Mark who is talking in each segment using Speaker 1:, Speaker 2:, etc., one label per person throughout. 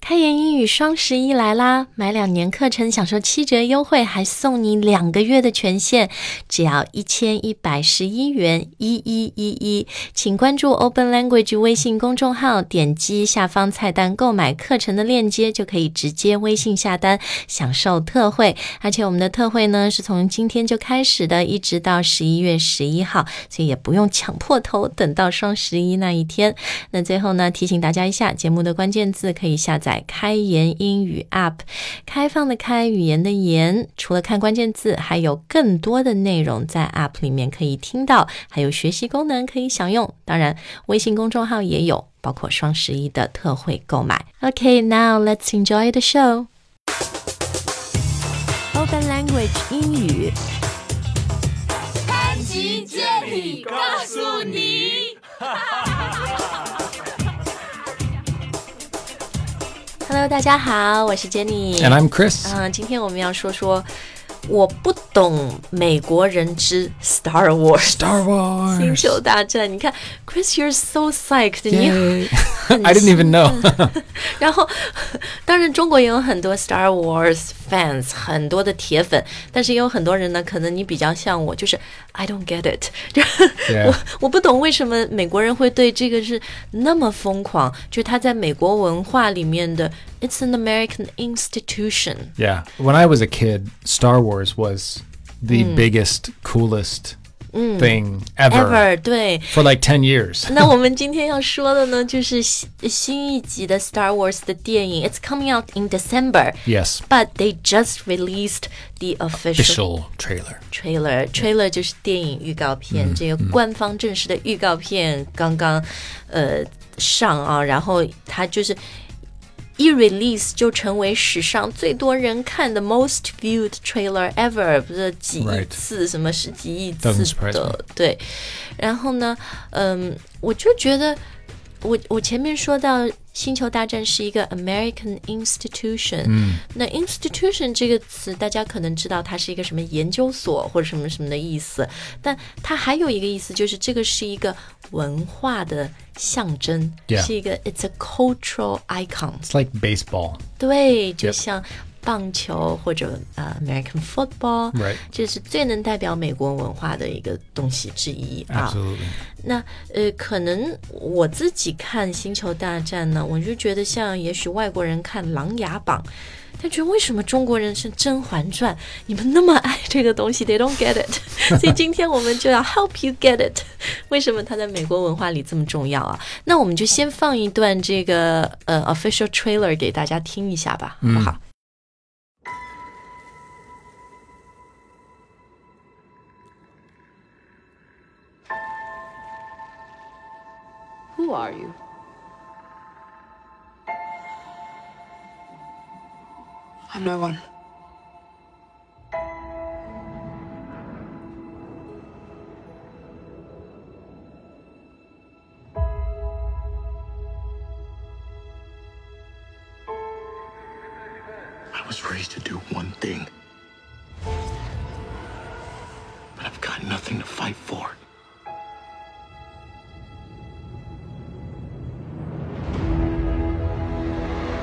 Speaker 1: 开言英语双十一来啦！买两年课程享受七折优惠，还送你两个月的权限，只要一千一百十一元一一一一。请关注 Open Language 微信公众号，点击下方菜单购买课程的链接，就可以直接微信下单享受特惠。而且我们的特惠呢是从今天就开始的，一直到十一月十一号，所以也不用抢破头等到双十一那一天。那最后呢，提醒大家一下，节目的关键字可以下载“开言英语 ”App，开放的开，语言的言。除了看关键字，还有更多的内容在 App 里面可以听到，还有学习功能可以享用。当然，微信公众号也有，包括双十一的特惠购买。OK，now、let's enjoy the show。Open Language 英语。
Speaker 2: 极见你，告诉你。
Speaker 1: Hello，大家好，我是 Jenny。
Speaker 3: And I'm Chris.
Speaker 1: 嗯，今天我们要说说我不懂美国人之 Star Wars。
Speaker 3: Star Wars.
Speaker 1: 星球大战，你看，Chris，you're so psyched，你
Speaker 3: Yay. I didn't even know.
Speaker 1: 然后，当然中国也有很多 Star Wars fans，很多的铁粉，但是也有很多人呢，可能你比较像我，就是 I don't get it，就
Speaker 3: Yeah
Speaker 1: 我我不懂为什么美国人会对这个是那么疯狂，就他在美国文化里面的 It's an American institution，
Speaker 3: yeah. When I was a kid, Star Wars was the biggest, coolest thing Mm. ever,
Speaker 1: ever 对。
Speaker 3: for like 10 years.
Speaker 1: 那我们今天要说的呢，就是新新一集的 Star Wars 的电影，It's coming out in December。
Speaker 3: yes.
Speaker 1: But they just released the official
Speaker 3: Official trailer.
Speaker 1: trailer. Trailer 就是电影预告片，
Speaker 3: 嗯
Speaker 1: 这个官方正式的预告片刚刚呃上啊，然后它就是一 release 就成为史上最多人看的 most viewed trailer ever，不是几亿
Speaker 3: Right.
Speaker 1: 次什么十几亿次
Speaker 3: Doesn't surprise
Speaker 1: 的
Speaker 3: me.，
Speaker 1: 对。然后呢，嗯，我就觉得我我前面说到《星球大战》是一个 American institution，嗯，那 institution 这个词大家可能知道它是一个什么研究所或者什么什么的意思，但它还有一个意思就是这个是一个文化的象征
Speaker 3: Yeah
Speaker 1: 是一个 it's a cultural icon，
Speaker 3: It's like baseball.
Speaker 1: 对，就
Speaker 3: Yep
Speaker 1: 像棒球或者呃 American football，
Speaker 3: Right
Speaker 1: 这是最能代表美国文化的一个东西之一啊。
Speaker 3: Absolutely.
Speaker 1: 那呃，可能我自己看《星球大战》呢，我就觉得像也许外国人看《琅琊榜》，他觉得为什么中国人是《甄嬛传》，你们那么爱这个东西，they don't get it。所以 今天我们就要 help you get it，为 什么它在美国文化里这么重要啊？那我们就先放一段这个呃 official trailer 给大家听一下吧，好不好？
Speaker 4: Who are you?
Speaker 5: I'm no one.
Speaker 6: I was raised to do one thing. But I've got nothing to fight for.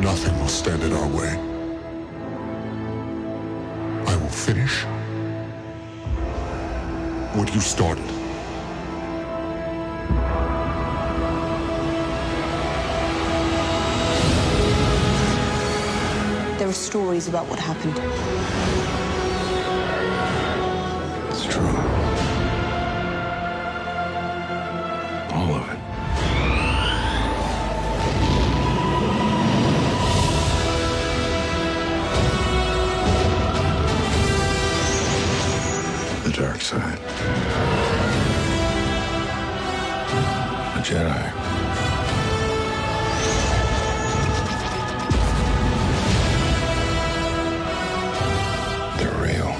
Speaker 7: Nothing will stand in our way. I will finish what you started.
Speaker 5: There are stories about what happened.
Speaker 6: It's true. All of it. The dark side. A Jedi. They're real.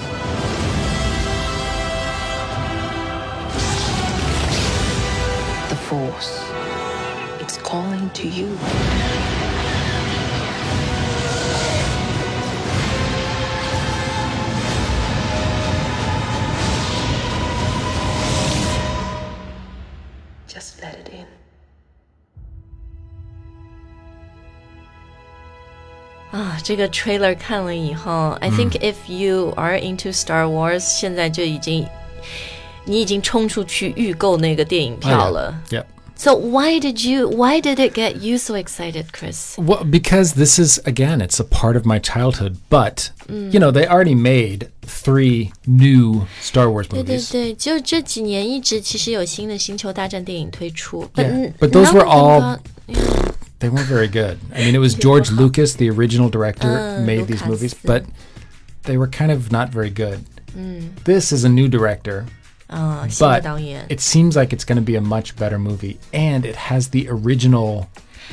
Speaker 5: The Force. It's calling to you. Just let it in.
Speaker 1: 啊，这个 trailer 看了以后，I think if you are into Star Wars，、现在就已经你已经冲出去预购那个电影票了。
Speaker 3: Oh, Yep.
Speaker 1: So why did you? Why did it get you so excited, Chris?
Speaker 3: Well, because this is again, it's a part of my childhood. But you know, they already made three new Star Wars
Speaker 1: 对对
Speaker 3: movies.
Speaker 1: 对，就这几年一直其实有新的《星球大战》电影推出
Speaker 3: Yeah, but those were all- They weren't very good. I mean, it was George Lucas, the original director, made these
Speaker 1: Lucas.
Speaker 3: movies, but they were kind of not very good. This is a new director,
Speaker 1: 啊，新的
Speaker 3: but
Speaker 1: 导演
Speaker 3: it seems like it's going to be a much better movie, and it has the original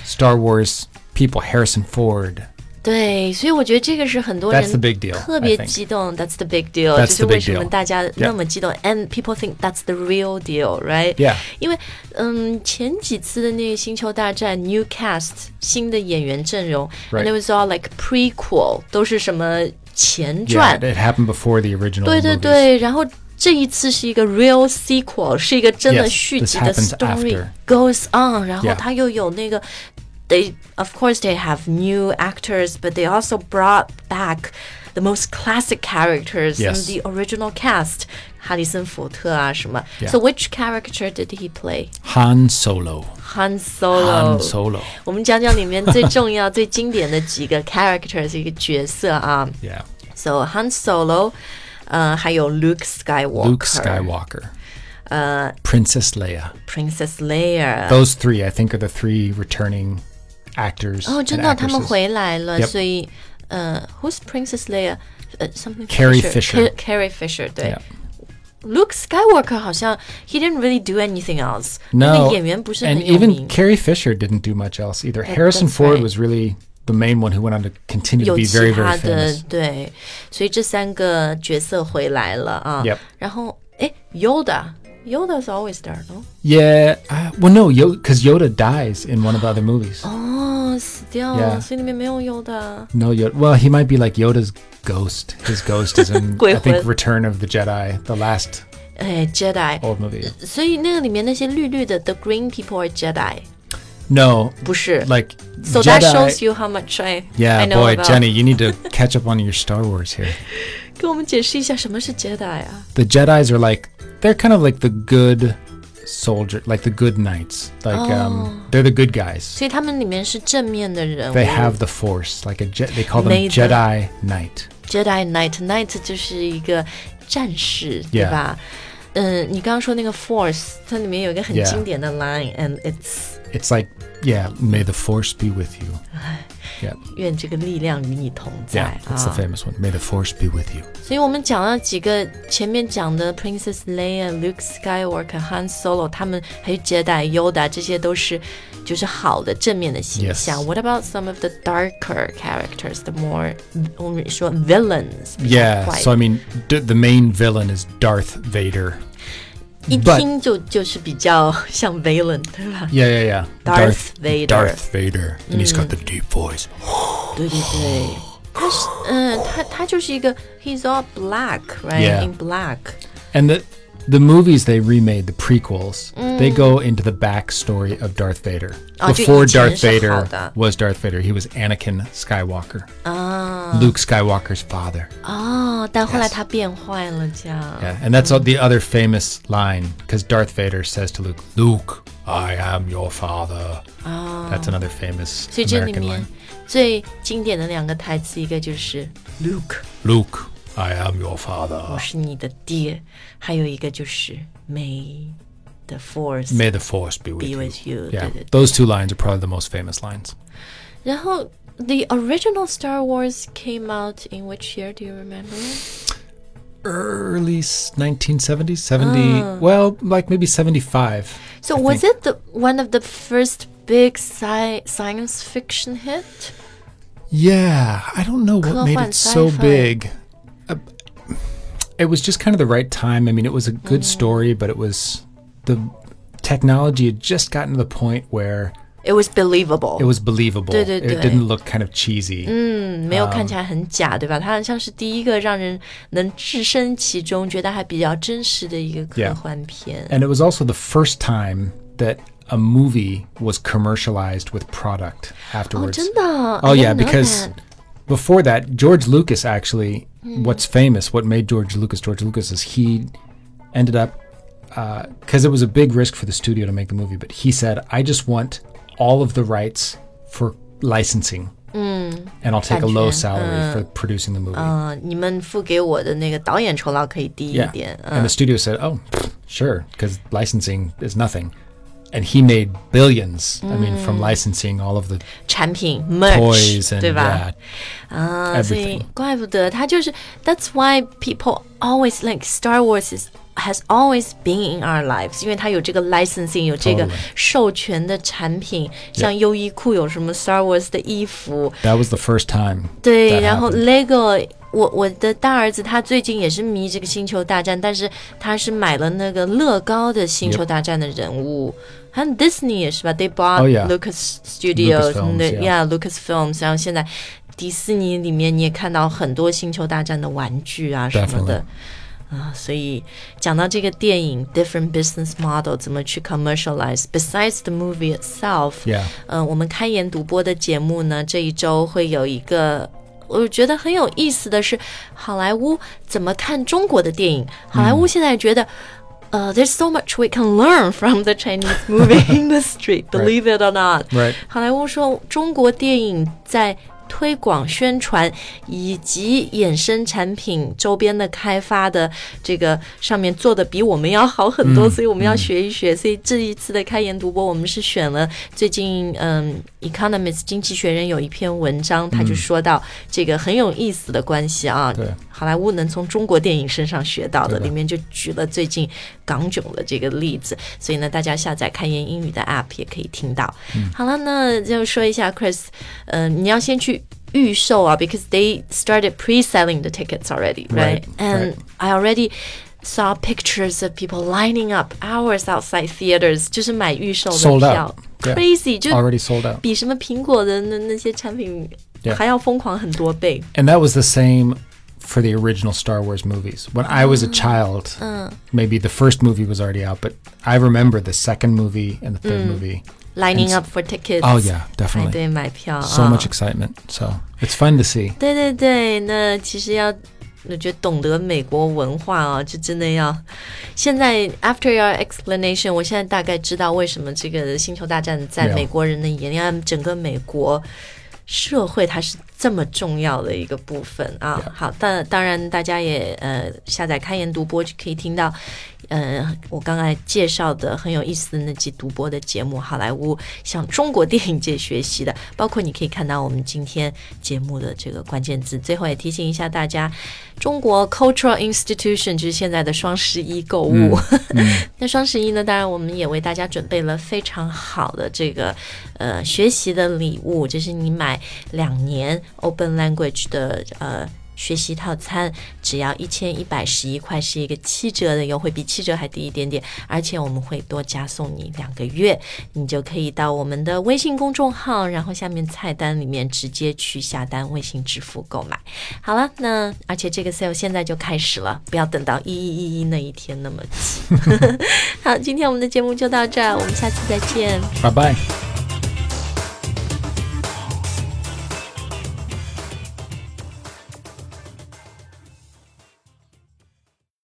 Speaker 3: Star Wars people, Harrison Ford.
Speaker 1: 对，所以我觉得这个是很多人
Speaker 3: That's the big deal,
Speaker 1: 特别
Speaker 3: I think.
Speaker 1: 激动。That's the big deal，就
Speaker 3: That's
Speaker 1: 是
Speaker 3: the big
Speaker 1: 为什么
Speaker 3: deal.
Speaker 1: 大家那
Speaker 3: Yeah.
Speaker 1: 么激动。And people think that's the real deal, right?
Speaker 3: Yeah.
Speaker 1: 因为嗯，前几次的那个《星球大战》New Cast 新的演员阵容
Speaker 3: Right.
Speaker 1: and it was all like prequel，都是什么前
Speaker 3: Yeah,
Speaker 1: 传
Speaker 3: it happened before the original.
Speaker 1: 对对
Speaker 3: movies.
Speaker 1: 对，然后这一次是一个 real sequel，是一个真的
Speaker 3: Yes,
Speaker 1: 续集
Speaker 3: this
Speaker 1: 的
Speaker 3: happens
Speaker 1: story
Speaker 3: after.
Speaker 1: goes on，然后
Speaker 3: Yeah.
Speaker 1: 它又有那个。They, of course, they have new actors, but they also brought back the most classic characters in
Speaker 3: Yes.
Speaker 1: the original cast. 哈里森福特啊什么。
Speaker 3: Yeah.
Speaker 1: So which character did he play?
Speaker 3: Han Solo.
Speaker 1: Han Solo.
Speaker 3: Han Solo.
Speaker 1: 我们讲讲里面最重要、最经典的几个 characters 一个角色啊。
Speaker 3: Yeah.
Speaker 1: So Han Solo，呃，还有 Luke Skywalker，
Speaker 3: Luke Skywalker. Uh, Princess Leia.
Speaker 1: Princess Leia。
Speaker 3: Those three, I think, are the three returning actors.
Speaker 1: 哦，
Speaker 3: and
Speaker 1: 真 Oh, 的，他们
Speaker 3: actresses.
Speaker 1: 回来了，
Speaker 3: Yep.
Speaker 1: 所以呃，Who's Princess Leia？呃，something
Speaker 3: Carrie
Speaker 1: Fisher-
Speaker 3: Fisher.
Speaker 1: Ca- Carrie Fisher，对
Speaker 3: Yeah.。
Speaker 1: Luke Skywalker 好像 he didn't really do anything else。那
Speaker 3: No,
Speaker 1: 个演员不是
Speaker 3: and
Speaker 1: 很有
Speaker 3: even
Speaker 1: 名。
Speaker 3: Carrie Fisher didn't do much else either. Harrison
Speaker 1: that's
Speaker 3: Ford
Speaker 1: right.
Speaker 3: was really the main one who went on to continue to
Speaker 1: 有
Speaker 3: be
Speaker 1: 其
Speaker 3: very,
Speaker 1: 他
Speaker 3: very
Speaker 1: 的
Speaker 3: famous.
Speaker 1: 对，所以这三个角色回来了啊。
Speaker 3: Yep.
Speaker 1: 然后，哎，Yoda，Yoda's always there，no？
Speaker 3: Yeah, uh, well, no, because Yoda dies in one of the other movies.
Speaker 1: Oh. 哦，死掉了，
Speaker 3: Yeah.
Speaker 1: 所以里面没有 Yoda。
Speaker 3: No, Yoda. Well, he might be like Yoda's ghost. His ghost is in, I
Speaker 1: Gwynplaine.
Speaker 3: think, Return of the Jedi, the last
Speaker 1: 哎，Jedi，
Speaker 3: old movie.
Speaker 1: 所以那个里面那些绿绿的，the green people are Jedi，
Speaker 3: No,
Speaker 1: 不是。
Speaker 3: like
Speaker 1: so
Speaker 3: Jedi.
Speaker 1: that shows you how much I
Speaker 3: yeah,
Speaker 1: I know
Speaker 3: boy,
Speaker 1: about.
Speaker 3: Jenny, you need to catch up on your Star Wars here.
Speaker 1: 给我们解释一下什么是 Jedi 啊？
Speaker 3: the Jedi's are like they're kind of like the good soldier, like the good knights. Like
Speaker 1: Oh.
Speaker 3: um, they're the good guys.
Speaker 1: 所以他们里面是正面的人物。
Speaker 3: They have the Force, like a Je- they call them
Speaker 1: May the-
Speaker 3: Jedi Knight.
Speaker 1: Jedi Knight，Knight 就是一个战士对
Speaker 3: Yeah.
Speaker 1: 吧？嗯，你刚刚说那个 Force，它里面有一个很
Speaker 3: Yeah.
Speaker 1: 经典的 line，and it's
Speaker 3: It's like yeah, may the Force be with you. Yeah,
Speaker 1: 愿这个力量与你同在
Speaker 3: yeah, that's
Speaker 1: 啊
Speaker 3: the。famous one. May the Force be with you.
Speaker 1: 所以我们讲了几个前面讲的 Princess Leia、Luke Skywalker、Han Solo，他们还有 Jedi、Yoda，这些都是就是好的正面的形象。
Speaker 3: Yes.
Speaker 1: What about some of the darker characters, the more 我们说 villains？
Speaker 3: Yeah,
Speaker 1: 坏
Speaker 3: so I mean, d- the main villain is Darth Vader.
Speaker 1: 一
Speaker 3: but-
Speaker 1: 听就就是比较像 villain，对吧？
Speaker 3: Yeah, yeah, yeah.
Speaker 1: Darth Vader. Mm.
Speaker 3: Darth Vader, and he's got the deep voice.
Speaker 1: 对对对，他是嗯，他他就是一个 he's all black, right?
Speaker 3: Yeah.
Speaker 1: In black.
Speaker 3: And the the movies they remade, the prequels, they go into the backstory of Darth Vader.
Speaker 1: Mm. Oh,
Speaker 3: Before
Speaker 1: 就以前是
Speaker 3: Darth Vader
Speaker 1: 好的。
Speaker 3: was Darth Vader, he was Anakin Skywalker.
Speaker 1: Oh.
Speaker 3: Luke Skywalker's father.
Speaker 1: 哦，但后来他变坏了，这样。
Speaker 3: Yeah. And that's all the other famous line because Darth Vader says to Luke, Luke, I am your father.
Speaker 1: Oh.
Speaker 3: That's another famous
Speaker 1: 所以这里
Speaker 3: American
Speaker 1: 面
Speaker 3: line.
Speaker 1: 最经典的两个台词，一个就是 Luke，
Speaker 3: Luke, I am your
Speaker 1: 我
Speaker 3: father.
Speaker 1: 是你的爹，还有一个就是 May the Force
Speaker 3: May the force be with
Speaker 1: be
Speaker 3: you.
Speaker 1: with you。
Speaker 3: Yeah.
Speaker 1: 对对对。
Speaker 3: Those two lines are probably the most famous lines.
Speaker 1: 然后 The original Star Wars came out in which year? Do you remember?
Speaker 3: early s- 1970s 70 well like maybe 75
Speaker 1: So
Speaker 3: I
Speaker 1: was
Speaker 3: think.
Speaker 1: it the one of the first big sci science fiction hit?
Speaker 3: yeah i don't know what
Speaker 1: 科
Speaker 3: made
Speaker 1: 幻
Speaker 3: it so
Speaker 1: sci-fi.
Speaker 3: big Uh, it was just kind of the right time i mean it was a good
Speaker 1: Mm.
Speaker 3: story but it was the technology had just gotten to the point where
Speaker 1: It was believable.
Speaker 3: it was um, believable
Speaker 1: Did it-
Speaker 3: it
Speaker 1: did it- Mm.
Speaker 3: didn't look kind of cheesy
Speaker 1: 没有看起来很假，对吧？它好像是第一个让人能置身其中，觉得还比较真实的一个科
Speaker 3: Yeah.
Speaker 1: 幻片。
Speaker 3: and it was also the first time that a movie was commercialized with product
Speaker 1: 哦，
Speaker 3: afterwards
Speaker 1: 真的？I
Speaker 3: Oh yeah,
Speaker 1: didn't know
Speaker 3: because
Speaker 1: that. Hmm.
Speaker 3: before that, George Lucas actually, what's famous, what made George Lucas George Lucas is he ended up because it was a big risk for the studio to make the movie, but he said, "I just want all of the rights for licensing,
Speaker 1: Hmm.
Speaker 3: and I'll take a low
Speaker 1: 版权，
Speaker 3: salary
Speaker 1: Uh.
Speaker 3: for producing the movie."
Speaker 1: 嗯，你们付给我的那个导演酬劳可以低一
Speaker 3: yeah,
Speaker 1: 点，嗯
Speaker 3: and the studio said, "Oh, pfft, sure," because licensing is nothing. And he made billions. I mean, from
Speaker 1: Hmm.
Speaker 3: licensing all of the
Speaker 1: 产品 merch，
Speaker 3: toys and
Speaker 1: 对吧？
Speaker 3: yeah,
Speaker 1: Ah,
Speaker 3: everything.
Speaker 1: 所以怪不得他就是- That's why people always like Star Wars is has always been in our lives，因为它有这个 licensing，有这个
Speaker 3: Totally.
Speaker 1: 授权的产品，像优衣库有什么 Star Wars 的衣服，
Speaker 3: That was the first time.
Speaker 1: 对，
Speaker 3: that
Speaker 1: 然后
Speaker 3: happened.
Speaker 1: LEGO，我我的大儿子他最近也是迷这个星球大战，但是他是买了那个乐高的星球大战的人物。还有 Disney 也是吧？They bought、
Speaker 3: Oh, yeah.
Speaker 1: Lucas Studios，
Speaker 3: Lucasfilms,
Speaker 1: 对
Speaker 3: yeah.
Speaker 1: Lucas Films。然后现在迪士尼里面你也看到很多星球大战的玩具啊什么的。啊，所以讲到这个电影，different business model 怎么去 commercialize。Besides the movie itself，
Speaker 3: Yeah.
Speaker 1: 呃，我们开言独播的节目呢，这一周会有一个。我觉得很有意思的是，好莱坞怎么看中国的电影？好莱坞现在觉得，呃、t h e r e s so much we can learn from the Chinese movie industry. Believe it or not，、
Speaker 3: Right.
Speaker 1: 好莱坞说中国电影在推广宣传以及衍生产品周边的开发的这个上面做的比我们要好很多，所以我们要学一学。所以这一次的开言独播，我们是选了最近嗯《Economist》经济学人有一篇文章，他就说到这个很有意思的关系啊。
Speaker 3: 对
Speaker 1: 好莱坞能从中国电影身上学到的，
Speaker 3: 对的
Speaker 1: 里面就举了最近港囧的这个例子，所以呢，大家下载开言英语的 App 也可以听到。好了，那就说一下 Chris，嗯、呃，你要先去预售啊，because they started pre-selling the tickets already, right?
Speaker 3: Right,
Speaker 1: And
Speaker 3: right.
Speaker 1: I already saw pictures of people lining up hours outside theaters，就是买预售的
Speaker 3: Sold out,
Speaker 1: 票
Speaker 3: yeah.
Speaker 1: crazy 就
Speaker 3: Already sold out.
Speaker 1: 比什么苹果的那那些产品
Speaker 3: Yeah.
Speaker 1: 还要疯狂很多倍。
Speaker 3: And that was the same for the original Star Wars movies. When I was a child, maybe the first movie was already out, but I remember the second movie and the third movie.
Speaker 1: Lining
Speaker 3: And-
Speaker 1: up for tickets，
Speaker 3: Oh, yeah,
Speaker 1: 排
Speaker 3: definitely.
Speaker 1: 队买票
Speaker 3: So
Speaker 1: 啊
Speaker 3: much excitement. So it's fun to see.
Speaker 1: 对对对，那其实要，我觉得懂得美国文化啊，就真的要。现在 after your explanation，我现在大概知道为什么这个《星球大战》在
Speaker 3: Yeah.
Speaker 1: 美国人的眼里，按整个美国社会它是这么重要的一个部分啊。好，但当然大家也呃下载开言独播就可以听到。呃，我刚才介绍的很有意思的那集独播的节目，好莱坞向中国电影界学习的，包括你可以看到我们今天节目的这个关键字。最后也提醒一下大家，中国 Cultural Institution 就是现在的双十一购物。 那双十一呢，当然我们也为大家准备了非常好的这个呃学习的礼物，就是你买两年 Open Language 的呃。学习套餐只要一千一百十一块，是一个七折的优惠，比七折还低一点点。而且我们会多加送你两个月，你就可以到我们的微信公众号，然后下面菜单里面直接去下单微信支付购买。好了，那而且这个 sale 现在就开始了，不要等到一一一一那一天那么急。好，今天我们的节目就到这儿，我们下次再见。
Speaker 3: Bye bye.